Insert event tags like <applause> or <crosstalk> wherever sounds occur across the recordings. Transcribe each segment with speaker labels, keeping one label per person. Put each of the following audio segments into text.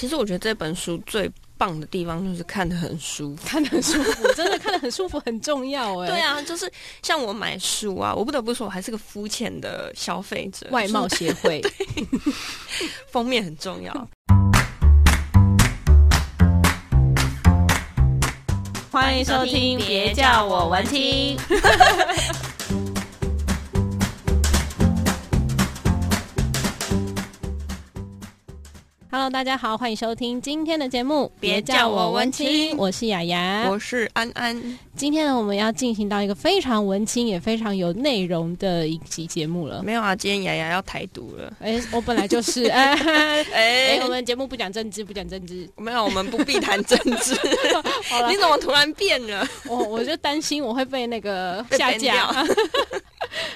Speaker 1: 其实我觉得这本书最棒的地方就是看得很舒服。
Speaker 2: 看得很舒服，真的看得很舒服，很重要哎、
Speaker 1: 对，啊，就是像我买书啊，我不得不说，我还是个肤浅的消费者。
Speaker 2: 外貌协
Speaker 3: <laughs>
Speaker 2: 会，
Speaker 1: 封面很重 <laughs> 要。
Speaker 3: 欢迎收听，别叫我文青。
Speaker 2: <laughs> Hello，大家好，欢迎收听今天的节目，
Speaker 1: 别叫我文青
Speaker 2: 我是雅雅。
Speaker 1: 我是安安，
Speaker 2: 今天呢，我们要进行到一个非常文青也非常有内容的一集节目了。
Speaker 1: 没有啊，今天雅雅要台独了。
Speaker 2: 哎、我本来就是， <laughs> 哎、
Speaker 1: 哎、
Speaker 2: 哎我们节目不讲政治，不讲
Speaker 3: <laughs>
Speaker 2: 政治。
Speaker 1: 没有，我们不必谈政 <laughs> 治。
Speaker 2: 好了
Speaker 1: 你，怎么突然变了？ <laughs>
Speaker 2: 我哦我就担心我会被那个
Speaker 1: 被
Speaker 2: 下
Speaker 1: ban
Speaker 2: 架。 <laughs>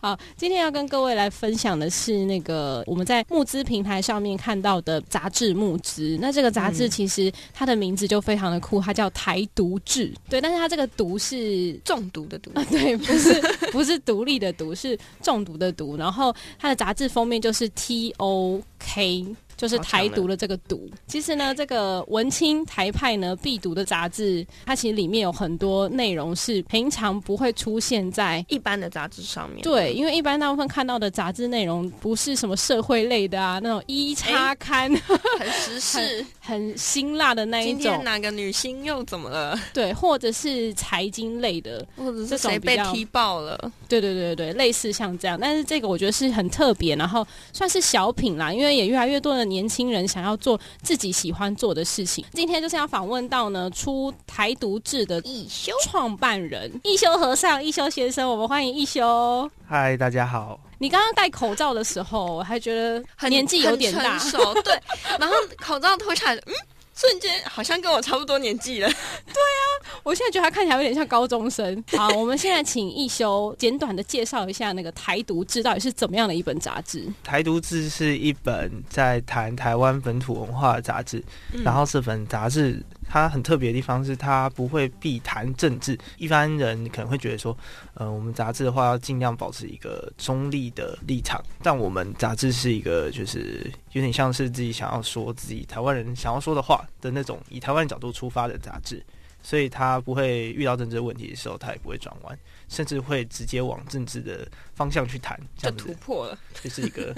Speaker 2: 好，今天要跟各位来分享的是那个我们在募资平台上面看到的杂志募资。那这个杂
Speaker 1: 嗯
Speaker 2: 志其实它的名字就非常的酷，它叫“台独志”。对，但是它这个“独”是
Speaker 1: 中毒的毒。
Speaker 2: 啊， <laughs> 对，不是不是独立的毒，是中毒的毒。然后它的杂志封面就是 T O K。就是
Speaker 1: 好欸长
Speaker 2: 台
Speaker 1: 了
Speaker 2: 独的这个毒，其实呢，这个文青台派呢必读的杂志，它其实里面有很多内容是平常不会出现在
Speaker 1: 一般的杂志上面，
Speaker 2: 对，因为一般大部分看到的杂志内容不是什么社会类的啊，那种一叉刊、 <laughs>
Speaker 1: 很时事。
Speaker 2: 很辛辣的那一
Speaker 1: 今
Speaker 2: 种
Speaker 1: 天，哪个女星又怎么了？
Speaker 2: 对，或者是财经类的，
Speaker 1: 或者是
Speaker 2: 这种
Speaker 1: 谁被
Speaker 2: 比较
Speaker 1: 踢爆了？
Speaker 2: 对对对对，对类似像这样，但是这个我觉得是很特别，然后算是小品啦，因为也越来越多的年轻人想要做自己喜欢做的事情。今天就是要访问到呢，出台独志的
Speaker 1: 一休
Speaker 2: 创办人一休和尚、一休先生，我们欢迎一休。
Speaker 4: 嗨，大家好。
Speaker 2: 你刚刚戴口罩的时候，我还觉得
Speaker 1: 很
Speaker 2: 年纪有点大
Speaker 1: 很，成熟对。 <laughs> 然后口罩脱下来，嗯，瞬间好像跟我差不多年纪了。
Speaker 2: <laughs> 我现在觉得他看起来有点像高中生。 <laughs> 好，我们现在请一休简短的介绍一下那个台独志到底是怎么样的一本杂志。
Speaker 4: 台独志是一本在谈台湾本土文化的杂志，然后这本杂志它很特别的地方是它不会避谈政治。一般人可能会觉得说，呃，我们杂志的话要尽量保持一个中立的立场，但我们杂志是一个就是有点像是自己想要说自己台湾人想要说的话的那种，以台湾角度出发的杂志。所以它不会遇到政治问题的时候，它也不会转弯，甚至会直接往政治的方向去谈，这
Speaker 1: 就
Speaker 4: 样
Speaker 1: 突
Speaker 4: 子
Speaker 1: 破了，
Speaker 4: 就是一
Speaker 1: <laughs>
Speaker 4: 个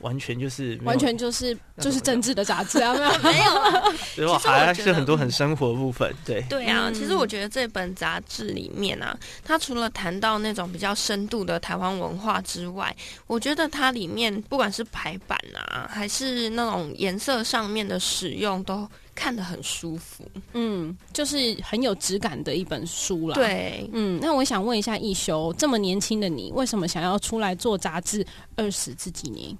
Speaker 4: 完全就是没有
Speaker 2: 完全就是
Speaker 4: 那怎
Speaker 2: 就
Speaker 4: 么
Speaker 2: 是政治的杂志啊，没有。
Speaker 1: 没有啊
Speaker 4: 然后
Speaker 1: 其实我
Speaker 4: 还
Speaker 1: 觉
Speaker 4: 是
Speaker 1: 得嗯
Speaker 4: 很多很生活的部分，对
Speaker 1: 对啊，
Speaker 2: 嗯
Speaker 1: 其实我觉得这本杂志里面啊，它除了谈到那种比较深度的台湾文化之外，我觉得它里面不管是排版啊，还是那种颜色上面的使用，都看得很舒服。
Speaker 2: 嗯，就是很有质感的一本书啦。，
Speaker 4: <laughs>
Speaker 1: 对，
Speaker 2: 嗯，那我想问一下一休，这么年轻的你，为什么想要出来做杂志？二十自己年，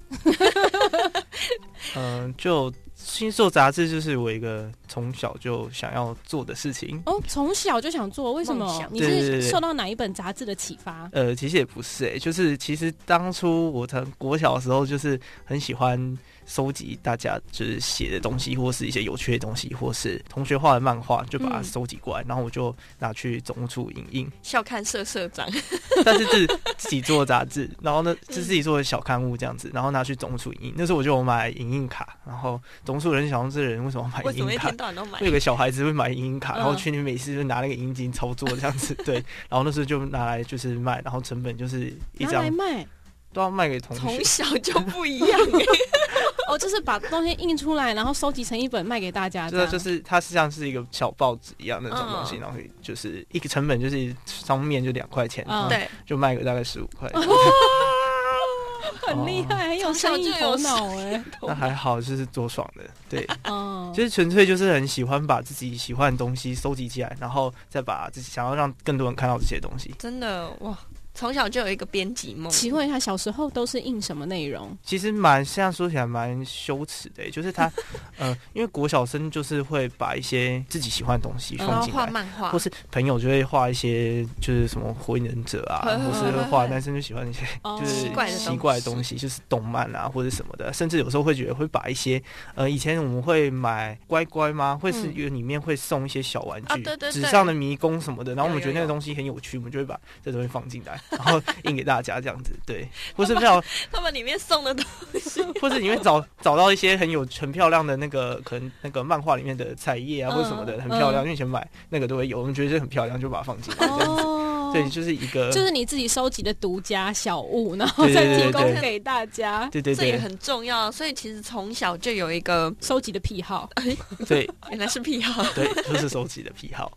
Speaker 4: 嗯、就星座杂志就是我一个从小就想要做的事情。
Speaker 2: 哦，从小就想做，为什
Speaker 1: 梦
Speaker 2: 么
Speaker 1: 想？
Speaker 2: 你
Speaker 4: 对对对
Speaker 2: 是
Speaker 4: 对
Speaker 2: 受到哪一本杂志的启发？
Speaker 4: 呃，其实也不是诶、就是其实当初我从国小的时候，就是很喜欢收集大家就是写的东西，或是一些有趣的东西，或是同学画的漫画，就把它
Speaker 2: 嗯
Speaker 4: 收集过来，然后我就拿去总务处影印，
Speaker 1: 校刊社社长，
Speaker 4: 但是自自己做的杂志，然后呢是自己做的小刊物这样子，然后拿去总务处影印。那时候我就有买影印卡，然后总务处人想说这人为什么买
Speaker 1: 为什
Speaker 4: 影
Speaker 1: 么一
Speaker 4: 印卡
Speaker 1: 天？到晚都买
Speaker 4: 那？有个小孩子会买影印卡，
Speaker 2: 嗯
Speaker 4: 然后去你每次就拿那个银金操作这样子，对，然后那时候就拿来就是卖，然后成本就是一
Speaker 2: 拿
Speaker 4: 张
Speaker 2: 啊来卖
Speaker 4: 都要卖给同学
Speaker 1: 从，小就不一样、欸
Speaker 2: 哦，就是把东西印出来，然后收集成一本卖给大家。这
Speaker 4: 这
Speaker 2: 样
Speaker 4: <laughs> 就是它实际上是一个小报纸一样的那种东西，
Speaker 1: 嗯
Speaker 4: 然后就是一个成本就是双面就两块钱，
Speaker 2: 嗯
Speaker 4: 然后
Speaker 1: <laughs> <laughs> 对，
Speaker 4: 就卖个大概十五
Speaker 1: <laughs>
Speaker 4: 块，
Speaker 2: 很厉害，很有
Speaker 1: 从小
Speaker 2: 生意
Speaker 1: 就
Speaker 2: 头
Speaker 1: 有
Speaker 2: 脑哎。
Speaker 4: 那还好就是多爽的，对。
Speaker 2: 嗯，
Speaker 4: 就是纯粹就是很喜欢把自己喜欢的东西收集起来，然后再把自己想要让更多人看到这些东西。
Speaker 1: 真的哇，从小就有一个编辑梦。
Speaker 2: 请问一下，小时候都是印什么内容？
Speaker 4: 其实蛮现在说起来蛮羞耻的，欸就是
Speaker 1: <laughs>
Speaker 4: 他，呃，因为国小生就是会把一些自己喜欢的东西
Speaker 1: 然
Speaker 4: 放
Speaker 1: 后嗯
Speaker 4: 进
Speaker 1: 画
Speaker 4: 来。
Speaker 1: 漫画
Speaker 4: 或，是朋友就会画一些，就是什么火影忍者啊，
Speaker 1: 会会
Speaker 4: 或是
Speaker 1: 会
Speaker 4: 会
Speaker 1: 会
Speaker 4: 画男生就喜欢一些
Speaker 2: 哦
Speaker 4: 就是
Speaker 1: 奇怪的东西
Speaker 4: 奇怪的东西，就是动漫啊或者什么的，甚至有时候会觉得会把一些呃，以前我们会买乖乖吗？会是
Speaker 1: 嗯
Speaker 4: 有里面会送一些小玩
Speaker 1: 啊
Speaker 4: 具
Speaker 1: 对对，对
Speaker 4: 纸上的迷宫什么的，然后我们
Speaker 1: 有
Speaker 4: 觉得那
Speaker 1: 有有
Speaker 4: 个东西很有趣，我们就会把这东西放进来。然后印给大家这样子，对，或是票，
Speaker 1: 他们里面送的东西，
Speaker 4: 或是里面找找到一些很有很漂亮的那个，可能那个漫画里面的彩页啊，或者什么的，
Speaker 2: 嗯
Speaker 4: 很漂
Speaker 2: 嗯
Speaker 4: 亮。因为以前买那个都会有，我们觉得这很漂亮，就把它放进来这样子。
Speaker 2: 哦
Speaker 4: 对，就是一
Speaker 1: 嗯
Speaker 4: 个，
Speaker 2: 就是你自己收集的独家小物，然后
Speaker 4: 对对
Speaker 2: 再
Speaker 4: 对
Speaker 2: 提供
Speaker 4: 对
Speaker 2: 给大家
Speaker 4: 对对
Speaker 1: 这也
Speaker 4: 对
Speaker 1: 很重要。所以其实从小就有一
Speaker 2: <laughs>
Speaker 1: 个，
Speaker 2: 收集的癖好。
Speaker 4: 对
Speaker 1: 原来是癖好，
Speaker 4: 对，就是收集的癖好。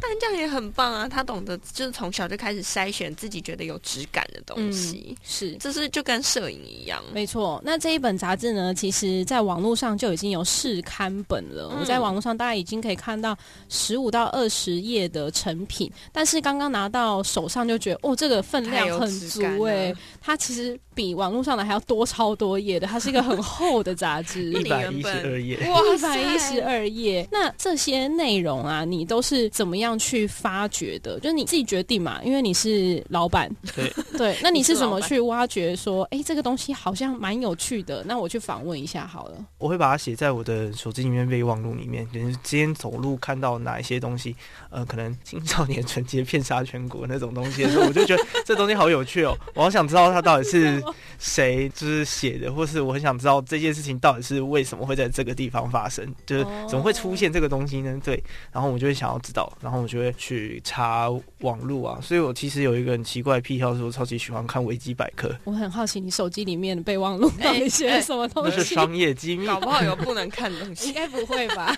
Speaker 1: 但这样也很棒啊。他懂得就是从小就开始筛选自己觉得有质感的东西，
Speaker 2: 是
Speaker 1: 这 <laughs> 是就跟摄影一样。
Speaker 2: 没错，那这一本杂志呢，其实在网络上就已经有试刊本了。
Speaker 1: 嗯
Speaker 2: 我在网络上大概已经可以看到十五到二十页的成品，但是刚刚拿到手上就觉得，哦，这个分
Speaker 1: 太
Speaker 2: 量
Speaker 1: 有
Speaker 2: 很
Speaker 1: 质
Speaker 2: 足
Speaker 1: 感啊了
Speaker 2: 哎、它其实比网络上的还要多超多页的，它是一个很厚的
Speaker 1: <laughs>
Speaker 2: 杂志。 <laughs>
Speaker 1: 那
Speaker 4: 一
Speaker 1: 你
Speaker 4: 百
Speaker 1: 原
Speaker 4: 一十
Speaker 1: 本
Speaker 4: 二页，
Speaker 1: 哇
Speaker 2: 一百一十二页。那这些内容啊，你都是怎么样去发掘的？就是你自己决定嘛，因为你是老板。
Speaker 4: 对
Speaker 2: <laughs> 对，那你
Speaker 1: 你是
Speaker 2: 是怎
Speaker 1: 老
Speaker 2: 么
Speaker 1: 板
Speaker 2: 去挖掘说，哎、这个东西好像蛮有趣的，那我去访问一下好了。
Speaker 4: <laughs> 我会把它写在我的手机里面备忘录里面，就是今天走路看到哪一些东西，呃，可能青少年纯洁遍杀全国那种东西的时候，我就觉得这东西好有趣哦， <laughs> 我好想知道它到底是谁就是写的，或是我很想知道这件事情到底是为什么会在这个地方发生，就是
Speaker 2: 哦
Speaker 4: 怎么会出现这个东西呢？对，然后我就会想要知道，然后我就会去查网路啊，所以我其实有一个很奇怪的癖好，是我超级喜欢看维基百科，
Speaker 2: 我很好奇你手机里面的备忘录到底写了什么东
Speaker 4: 那 <laughs> 是
Speaker 2: 西？
Speaker 4: 商业机
Speaker 1: 嗯
Speaker 4: 密。
Speaker 1: 搞不好有不能看的东
Speaker 2: 哎应 <laughs>
Speaker 1: 西，
Speaker 2: 该不会吧？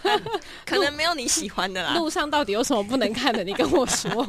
Speaker 1: 可能没有你喜欢的啦。
Speaker 2: 路上到底有什么不能看的？你跟我 <laughs> 说。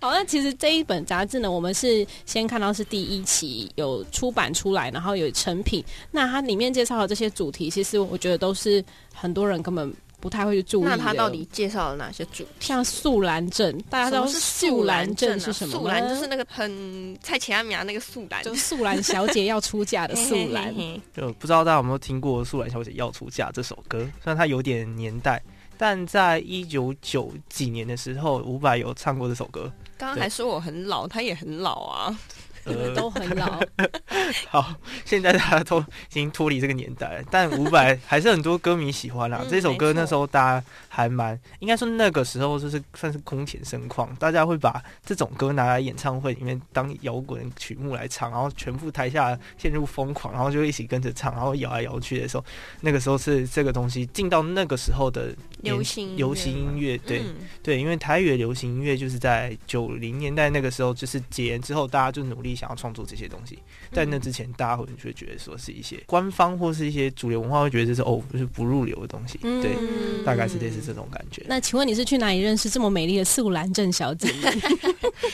Speaker 2: 好，那其实这一本杂志呢，我们是先看到是第一期有出版出来，然后有成品。那它里面介绍的这些主题，其实我觉得都是很多人根本不太会去注意
Speaker 1: 那
Speaker 2: 的。
Speaker 1: 他到底介绍了哪些主题？
Speaker 2: 像素兰症，大家知
Speaker 1: 什
Speaker 2: 道
Speaker 1: 么是素
Speaker 2: 兰啊
Speaker 1: 兰症
Speaker 2: 是什么吗？
Speaker 1: 素兰就是那个很蔡奇阿米亚那个素兰，
Speaker 2: 就呃素兰小姐要出嫁的素 <laughs> 兰。
Speaker 1: 嘿嘿嘿
Speaker 4: 就不知道大家有没有听过《素兰小姐要出嫁》这首歌，虽然它有点年代，但在一九九几年的时候，伍佰有唱过这首歌。
Speaker 1: 刚刚还说我很老，他也很老
Speaker 2: 嗯
Speaker 1: 啊。
Speaker 2: 你
Speaker 4: 呃
Speaker 2: <laughs> 们都很老，
Speaker 4: 好，现在大家都已经脱离这个年代了，但
Speaker 1: <laughs>
Speaker 4: 伍佰还是很多歌迷喜欢啦。
Speaker 1: 嗯
Speaker 4: 这首歌
Speaker 1: 没错
Speaker 4: 那时候大家还蛮，应该说那个时候就是算是空前盛况，大家会把这种歌拿来演唱会里面当摇滚曲目来唱，然后全部台下陷入疯狂，然后就一起跟着唱，然后摇来摇去的时候，那个时候是这个东西进到那个时候的年
Speaker 1: 流行音乐
Speaker 4: 流行音乐，对、
Speaker 1: 嗯
Speaker 4: 对，因为台语的流行音乐就是在九零年代那个时候，就是解严之后，大家就努力想要创作这些东西。
Speaker 2: 嗯
Speaker 4: 在那之前，大家会就会觉得说是一些官方或是一些主流文化会觉得这是哦，就是不入流的东西，
Speaker 2: 嗯
Speaker 4: <laughs> 对，
Speaker 1: 嗯
Speaker 4: 大概是类似这种感觉。
Speaker 2: 那请问你是去哪里认识这么美丽的素兰镇小姐的？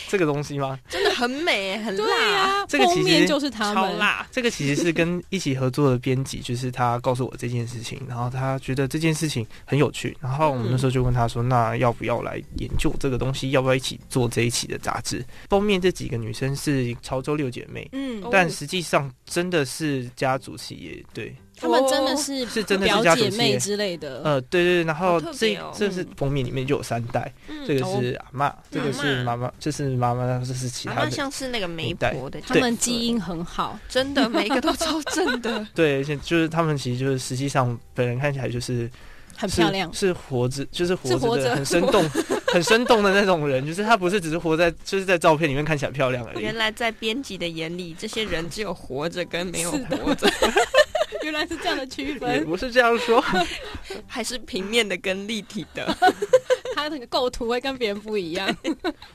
Speaker 4: 这个东西吗？
Speaker 1: 真的很美，很辣，
Speaker 2: 啊
Speaker 4: 这个其实
Speaker 2: 封面就是他
Speaker 1: 超
Speaker 2: 们。
Speaker 1: 辣。
Speaker 4: 这个其实是跟一起合作的编辑，就是他告诉我这件事情，然后他觉得这件事情很有趣，然后我们那
Speaker 2: 嗯
Speaker 4: 时候就问他说，那要不要来研究这个东西？要不要一起做这一期的杂志？封面这几个女生是潮州六姐妹，
Speaker 2: 嗯
Speaker 1: 哦
Speaker 4: 但实际上真的是家族企业，对，
Speaker 2: 他们真的是
Speaker 4: 是真的是
Speaker 2: 表
Speaker 4: 家族
Speaker 2: 姐
Speaker 4: 企
Speaker 2: 妹
Speaker 4: 业。
Speaker 2: 之类的。
Speaker 4: 呃，对对，对然后
Speaker 1: 好特
Speaker 4: 这
Speaker 1: 别哦
Speaker 4: 这是封面里面就有三代，
Speaker 1: 嗯
Speaker 4: 这个是阿嬷，这个是妈妈，这是妈妈，这是其
Speaker 1: 妈
Speaker 4: 他
Speaker 1: 妈
Speaker 4: 的。，
Speaker 1: 像是那个媒婆的角色，
Speaker 2: 他们基因很好，
Speaker 1: 真的每一个都超正的
Speaker 4: <laughs> 对，而且就是他们其实就是实际上本人看起来就是
Speaker 2: 很
Speaker 4: 是
Speaker 2: 漂亮。
Speaker 4: 是活着，就是活
Speaker 2: 是活
Speaker 4: 着
Speaker 2: 着
Speaker 4: 的，很生动，很生动的那种人，就是他不是只是活在，就是在照片里面看起来漂亮而已
Speaker 1: 原。来在编辑的眼里，这些人只有活着跟没有活着，
Speaker 2: 原来是这样的区
Speaker 4: 也
Speaker 2: 分，
Speaker 4: 不是这样说，
Speaker 1: 还是平面的跟立体的。
Speaker 2: 他那个构图会跟别人不一样。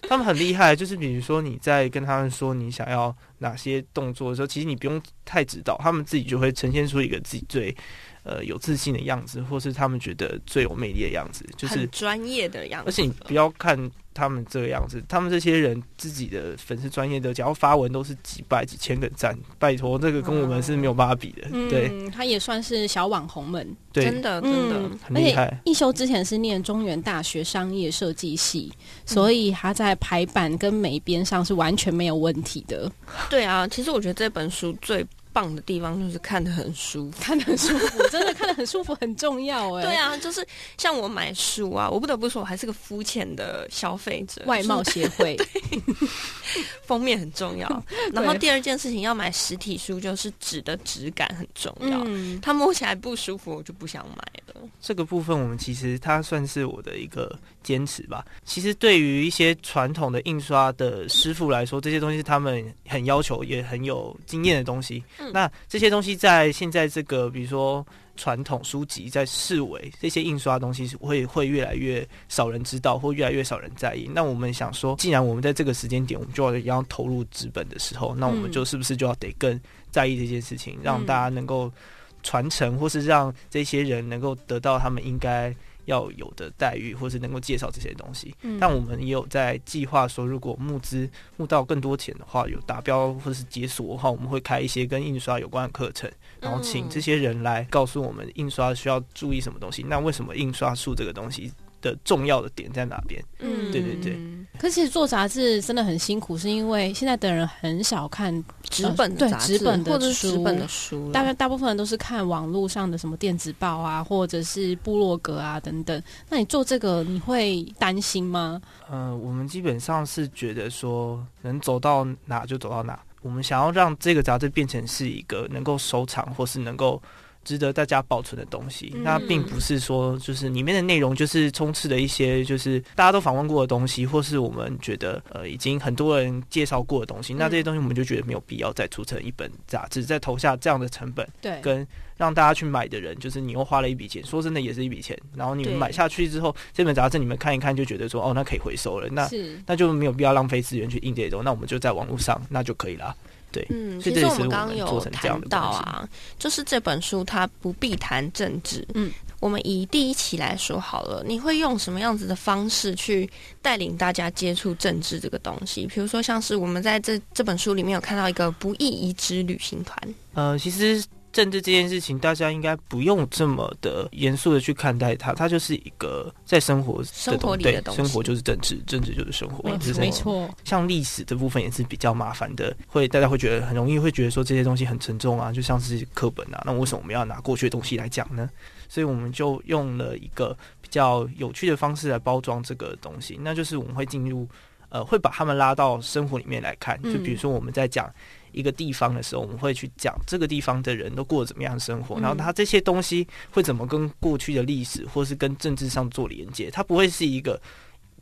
Speaker 4: 他们很厉害，就是比如说你在跟他们说你想要哪些动作的时候，其实你不用太指导，他们自己就会呈现出一个自己最呃有自信的样子，或是他们觉得最有魅力的样子。 <laughs> 就是
Speaker 1: 很，专业的样子，
Speaker 4: 而且你不要看他们这个样子，他们这些人自己的粉丝专业的，只要发文都是几百几千个赞，拜托，这个跟我们是没有办法比的。对
Speaker 2: 嗯，他也算是小网红们。
Speaker 4: 对
Speaker 1: 真，的真的，
Speaker 2: 嗯
Speaker 4: 很厉害。
Speaker 2: 一休之前是念中原大学商业设计系，
Speaker 4: 嗯
Speaker 2: 所以他在排版跟美编上是完全没有问题的。
Speaker 1: 对啊。其实我觉得这本书最。棒的地方就是看得很舒服。
Speaker 2: 看得很舒服， <laughs> 真的看得很舒服，很重要哎、
Speaker 1: 对，啊，就是像我买书啊，我不得不说，我还是个肤浅的消费者。
Speaker 2: 外
Speaker 1: 就是
Speaker 2: 貌协会
Speaker 4: <laughs>
Speaker 1: 封面很重 <laughs> 要，然后第二件事情要买实体书，就是纸的质感很重
Speaker 4: 啊
Speaker 1: 要。
Speaker 2: 嗯，
Speaker 1: 它摸起来不舒服，我就不想买了。
Speaker 4: 这个部分我们其实它算是我的一个坚持吧。其实对于一些传统的印刷的师傅来说，这些东西是他们很要求也很有经验的东西。
Speaker 1: 嗯
Speaker 4: 那这些东西在现在这个比如说传统书籍在视为这些印刷东西是会会越来越少人知道，或越来越少人在意。那我们想说，既然我们在这个时间点，我们就要也要投入资本的时候，那我们
Speaker 2: 嗯
Speaker 4: 就是不是就要得更在意这件事情，让
Speaker 2: 嗯
Speaker 4: 大家能够传承，或是让这些人能够得到他们应该要有的待遇，或是能够介绍这些东西。
Speaker 2: 嗯
Speaker 4: 但我们也有在计划说，如果募资募到更多钱的话，有达标或是解锁的话，我们会开一些跟印刷有关的课程，
Speaker 2: 嗯
Speaker 4: 然后请这些人来告诉我们印刷需要注意什么东西。那为什么印刷术这个东西的重要的点在哪边？
Speaker 1: 嗯
Speaker 4: 对对对
Speaker 2: 可是其实做杂志真的很辛苦，是因为现在的人很少看，
Speaker 1: 纸本的
Speaker 2: 对
Speaker 1: 杂志
Speaker 2: 纸本的
Speaker 1: 或者是纸
Speaker 2: 书
Speaker 1: 本的书啦，
Speaker 2: 大概大部分人都是看网络上的什么电子报啊，或者是部落格啊等等。那你做这个，你会担心吗？
Speaker 4: 嗯、我们基本上是觉得说，能走到哪就走到哪。我们想要让这个杂志变成是一个能够收藏或是能够值得大家保存的东西。
Speaker 2: 嗯
Speaker 4: 那并不是说就是里面的内容就是充斥了一些就是大家都访问过的东西，或是我们觉得呃已经很多人介绍过的东西。那这些东西我们就觉得没有必要再出成一本杂志，再投下这样的成本。
Speaker 2: 对，
Speaker 4: 跟让大家去买的人，就是你又花了一笔钱，说真的也是一笔钱。然后你们
Speaker 1: 对
Speaker 4: 买下去之后，这本杂志你们看一看就觉得说，哦，那可以回收了，那
Speaker 2: 是
Speaker 4: 那就没有必要浪费资源去印这些东西，那我们就在网络上那就可以啦。
Speaker 1: 嗯，
Speaker 4: 所以
Speaker 1: 其实
Speaker 4: 这也
Speaker 1: 我
Speaker 4: 是
Speaker 1: 们
Speaker 4: 我
Speaker 1: 刚刚
Speaker 4: 们
Speaker 1: 有
Speaker 4: 做成这样
Speaker 1: 谈
Speaker 4: 的
Speaker 1: 到
Speaker 4: 东西
Speaker 1: 啊，就是这本书它不必谈政治。
Speaker 2: 嗯，
Speaker 1: 我们以第一期来说好了，你会用什么样子的方式去带领大家接触政治这个东西？比如说，像是我们在这这本书里面有看到一个不义遗址旅行团，
Speaker 4: 呃，其实政治这件事情，大家应该不用这么的严肃的去看待它，它就是一个在生活
Speaker 1: 生
Speaker 4: 的
Speaker 1: 活
Speaker 4: 东
Speaker 1: 里
Speaker 4: 对
Speaker 1: 的东西
Speaker 4: 生活就是政治，政治就是生活，
Speaker 2: 没错，
Speaker 4: 就是
Speaker 2: 嗯
Speaker 4: 这
Speaker 2: 没
Speaker 4: 样
Speaker 2: 错，
Speaker 4: 像历史这部分也是比较麻烦的，会大家会觉得很容易会觉得说这些东西很沉重啊，就像是课本啊，那为什么我们要拿过去的东西来讲呢？所以我们就用了一个比较有趣的方式来包装这个东西，那就是我们会进入呃，会把他们拉到生活里面来看，
Speaker 2: 嗯
Speaker 4: 就比如说我们在讲。一个地方的时候，我们会去讲这个地方的人都过得怎么样的生活，
Speaker 2: 嗯
Speaker 4: 然后他这些东西会怎么跟过去的历史或是跟政治上做连接，它不会是一个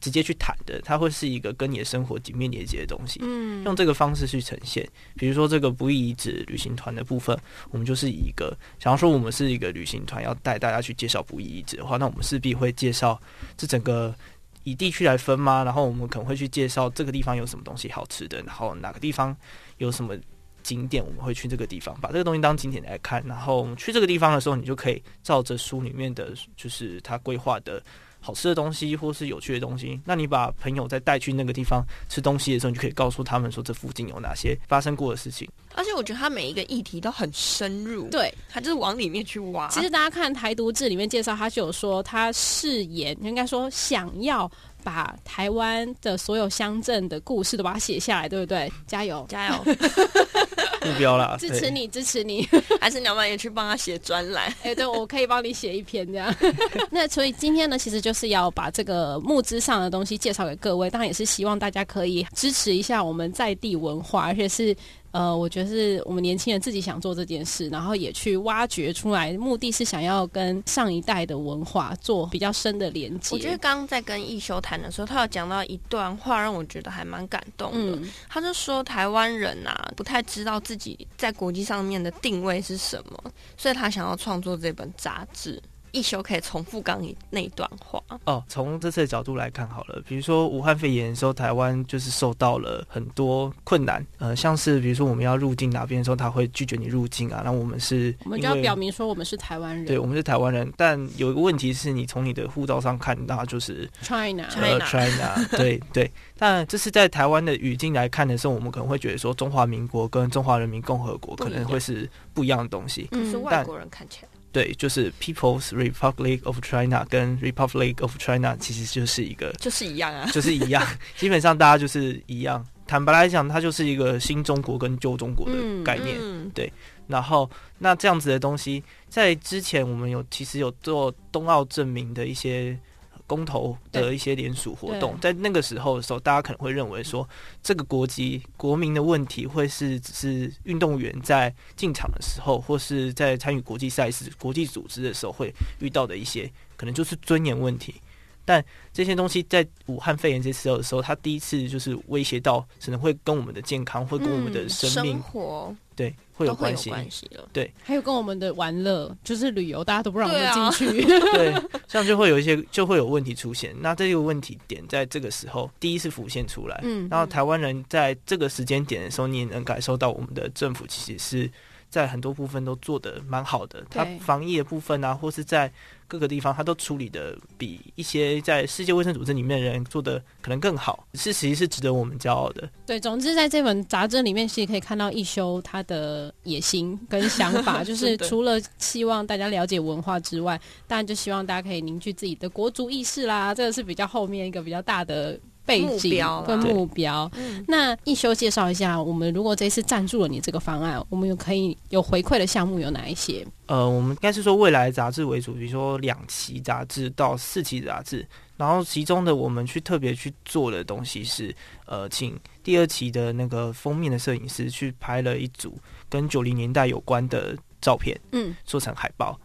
Speaker 4: 直接去谈的，它会是一个跟你的生活紧密连接的东西。
Speaker 2: 嗯
Speaker 4: 用这个方式去呈现，比如说这个不义遗址旅行团的部分，我们就是以一个，想要说我们是一个旅行团，要带大家去介绍不义遗址的话，那我们势必会介绍这整个以地区来分嘛，然后我们可能会去介绍这个地方有什么东西好吃的，然后哪个地方有什么景点，我们会去这个地方，把这个东西当景点来看，然后我们去这个地方的时候，你就可以照着书里面的，就是它规划的。好吃的东西或是有趣的东西，那你把朋友再带去那个地方吃东西的时候，你就可以告诉他们说这附近有哪些发生过的
Speaker 2: <laughs>
Speaker 4: 事情。
Speaker 1: 而且我觉得它每一个议题都很深入，，
Speaker 2: 对。
Speaker 1: 它就是往里面去
Speaker 4: 啊
Speaker 1: 挖。
Speaker 2: 其实大家看《台独志》里面介绍，他就有说他誓言，应该说想要把台湾的所有乡镇的故事都把它写下来，对不对？加油！
Speaker 1: 加 <laughs> 油！
Speaker 4: 目标啦，
Speaker 2: 支持
Speaker 4: 对。
Speaker 2: 你，支持你！
Speaker 1: 还是鸟妈也去帮他写专栏。
Speaker 2: 哎、对，我可以帮你写一篇这样。 <laughs> 那所以今天呢，其实就是要把这个募资上的东西介绍给各位，当然也是希望大家可以支持一下我们在地文化，而且是呃，我觉得是我们年轻人自己想做这件事，然后也去挖掘出来，目的是想要跟上一代的文化做比较深的连接。嗯
Speaker 1: 我觉得刚刚在跟一修谈的时候，他有讲到一段话，让我觉得还蛮感动的。
Speaker 2: 嗯，
Speaker 1: 他就说台湾人啊，不太知道自己在国际上面的定位是什么，所以他想要创作这本杂志。一休可以重复刚你那一段话，
Speaker 4: 哦，从这次的角度来看好了，比如说武汉肺炎的时候，台湾就是受到了很多困难，呃，像是比如说我们要入境哪边的时候，他会拒绝你入境啊，那我们是
Speaker 2: 我们就
Speaker 4: 因
Speaker 2: 要
Speaker 4: 为
Speaker 2: 表明说我们是台湾人
Speaker 4: 对，我们是台湾人，但有一个问题是你从你的护照上看，那就是
Speaker 2: ，China。
Speaker 4: 呃
Speaker 1: China
Speaker 4: China，对对。但这是在台湾的语境来看的时候，我们可能会觉得说中华民国跟中华人民共和国可能会是不一样的东西。
Speaker 1: 可是外国人看起来，
Speaker 4: 对，就是 People's Republic of China 跟 Republic of China 其实就是一个，
Speaker 1: 就是一样啊。
Speaker 4: 就是一样，基本上大家就是一样。坦白来讲，它就是一个新中国跟旧中国的概念。
Speaker 1: 嗯，
Speaker 4: 对，然后那这样子的东西，在之前我们有其实有做冬奥证明的一些公投的一些联署活动，在那个时候的时候，大家可能会认为说，这个国籍国民的问题会是只是运动员在进场的时候，或是在参与国际赛事、国际组织的时候会遇到的一些，可能就是尊严问题。但这些东西在武汉肺炎这次的时候，它第一次就是威胁到，可能会跟我们的健康，会跟我们的
Speaker 1: 嗯
Speaker 4: 生命，
Speaker 1: 活
Speaker 4: 对，会
Speaker 1: 都
Speaker 4: 有
Speaker 1: 会
Speaker 4: 关
Speaker 1: 有
Speaker 4: 系。
Speaker 1: 关系了。
Speaker 2: 还有跟我们的玩乐，就是旅游，大家都不让我
Speaker 1: 对
Speaker 2: 们
Speaker 1: 啊
Speaker 2: 进去。
Speaker 4: <laughs> 对，这样就会有一些就会有问题出现。那这个问题点在这个时候第一次浮现出来，
Speaker 1: <laughs>
Speaker 4: <laughs>
Speaker 1: 嗯，
Speaker 4: 然后台湾人在这个时间点的时候，你也能感受到我们的政府其实是在很多部分都做得蛮好的，它
Speaker 2: 对
Speaker 4: 防疫的部分啊，或是在各个地方，它都处理的比一些在世界卫生组织里面的人做的可能更好，是其实是值得我们骄傲的。
Speaker 2: 对，总之在这本杂志里面，其实可以看到一休他的野心跟想
Speaker 1: <laughs>
Speaker 2: 法，就是
Speaker 4: 真的
Speaker 2: 除了希望大家了解文化之外，当然就希望大家可以凝聚自己的国族意识啦。这个是比较后面一个比较大的背
Speaker 1: 目
Speaker 2: 景
Speaker 1: 标啦
Speaker 2: 跟
Speaker 4: 对
Speaker 2: 目标。
Speaker 1: 嗯
Speaker 2: 那一休介绍一下，我们如果这次赞助了你这个方案，我们有可以有回馈的项目有哪一些？
Speaker 4: 呃，我们应该是说未来杂志为主，比如说两期杂志到四期杂志，然后其中的我们去特别去做的东西是，呃，请第二期的那个封面的摄影师去拍了一组跟九零年代有关的照片，
Speaker 2: 嗯，
Speaker 4: 做成海报。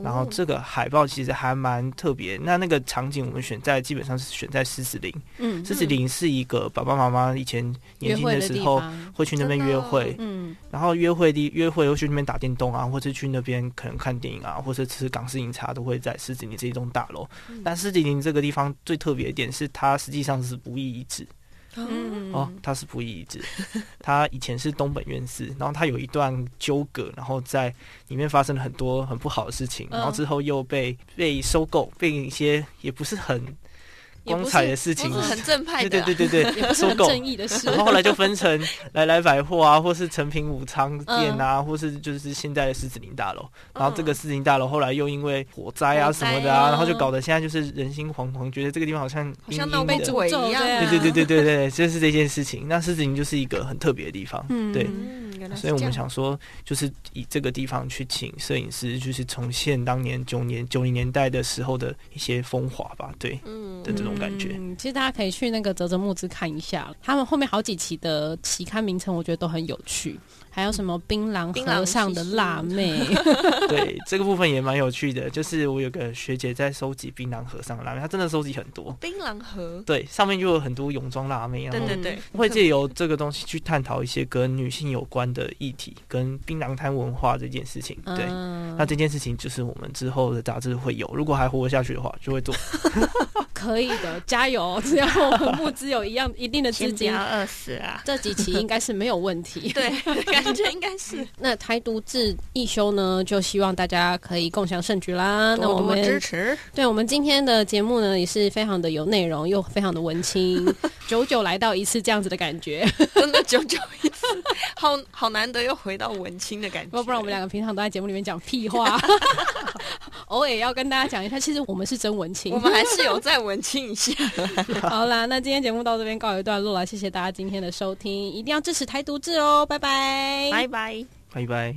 Speaker 4: 然后
Speaker 1: 哦
Speaker 4: 这个海报其实还蛮特别，那那个场景我们选在基本上是选在狮子林，
Speaker 2: 嗯
Speaker 4: 狮子林是一个爸爸妈妈以前
Speaker 2: 约
Speaker 4: 年轻
Speaker 2: 会的
Speaker 4: 时
Speaker 2: 地
Speaker 4: 候
Speaker 2: 方，
Speaker 4: 会去那边
Speaker 1: 真的
Speaker 4: 约
Speaker 1: 哦
Speaker 4: 会，
Speaker 2: 嗯，
Speaker 4: 然后约会地约会又去那边打电动啊，或者去那边可能看电影啊，或者吃港式饮茶，都会在狮子林这一栋大楼。
Speaker 2: 嗯
Speaker 4: 但狮子林这个地方最特别的点是，它实际上是不义遗址
Speaker 1: 嗯
Speaker 4: 哦，它是不义遗址，它以前是东本院寺，然后它有一段纠葛，然后在里面发生了很多很不好的事情，
Speaker 2: 嗯
Speaker 4: 然后之后又被被收购，被一些也不是很
Speaker 2: 也不
Speaker 4: 光
Speaker 2: 是
Speaker 4: 彩的事情
Speaker 1: 不是，很正派
Speaker 4: 对
Speaker 1: 的，啊
Speaker 4: 对对，对
Speaker 2: <laughs>
Speaker 4: 对，
Speaker 2: 也 <laughs> 不是
Speaker 4: 收
Speaker 2: 很
Speaker 4: 购
Speaker 2: 正义的事
Speaker 4: <laughs> 然。后后来就分成来来百货啊，或是成品武昌
Speaker 1: 嗯
Speaker 4: 店啊，或是就是现在的狮子林大楼。然后这个狮子林大楼后来又因为火灾啊
Speaker 1: 火
Speaker 4: 什
Speaker 1: 灾
Speaker 4: 么的啊，
Speaker 1: 啊
Speaker 4: 然后就搞得现在就是人心惶惶，觉得这个地方好像
Speaker 1: 好
Speaker 4: 阴
Speaker 1: 像
Speaker 4: 阴
Speaker 1: 闹被
Speaker 4: 的。
Speaker 1: 鬼
Speaker 2: 诅咒
Speaker 1: 一样
Speaker 2: 这
Speaker 1: 啊，
Speaker 2: 样
Speaker 4: 对对对对
Speaker 1: <laughs>
Speaker 4: 对对，就是这件事情。那狮子林就是一个很特别的地方，
Speaker 2: 嗯
Speaker 4: 对。
Speaker 1: 嗯，原来是
Speaker 4: 所以我
Speaker 1: 这样
Speaker 4: 们想说，就是以这个地方去请摄影师，就是重现当年九年九零年代的时候的一些风华吧，对。
Speaker 1: 嗯
Speaker 4: 的这种感觉
Speaker 2: 嗯，其实大家可以去那个泽泽木之看一下，他们后面好几期的期刊名称我觉得都很有趣，还有什么槟榔
Speaker 1: 槟榔
Speaker 2: 和尚的辣妹，
Speaker 1: <laughs>
Speaker 4: 对，这个部分也蛮有趣的，就是我有个学姐在收集槟榔和尚的拉面，她真的收集很多。
Speaker 1: 槟榔盒，
Speaker 4: 对，上面就有很多泳装辣妹，然
Speaker 1: 对
Speaker 4: 后
Speaker 1: 对对，
Speaker 4: 会借由这个东西去探讨一些跟女性有关的议题，跟槟榔摊文化这件事情。对，
Speaker 2: 嗯
Speaker 4: 那这件事情就是我们之后的杂志会有，如果还活得下去的话，就会做。
Speaker 2: 可以的，加油！只要我们募资有一样一定的资
Speaker 1: 先不
Speaker 2: 金
Speaker 1: 要，饿死啊！
Speaker 2: 这几期应该是没有问题。
Speaker 1: 对， <laughs> 感觉应该
Speaker 4: <laughs>
Speaker 1: 是
Speaker 2: 那台独制一休呢，就希望大家可以共享盛举啦。那我
Speaker 1: 多多
Speaker 2: 们
Speaker 1: 支持，
Speaker 2: 对我们今天的节目呢，也是非常的有内容，又非常的文青， <laughs> 久久来到一次这样子的感觉。
Speaker 1: 真的久久一次，好好难得又回到文青的感觉。
Speaker 2: 要不然我们两个平常都在节目里面讲屁
Speaker 1: <laughs>
Speaker 2: 话，偶尔也要跟大家讲一下，其实我们是真文青
Speaker 1: 我。们还是有再文青一下。
Speaker 2: 好啦，那今天节目到这边告一段落了，谢谢大家今天的收听，一定要支持台独志哦，拜拜，
Speaker 1: 拜拜。
Speaker 4: 拜拜。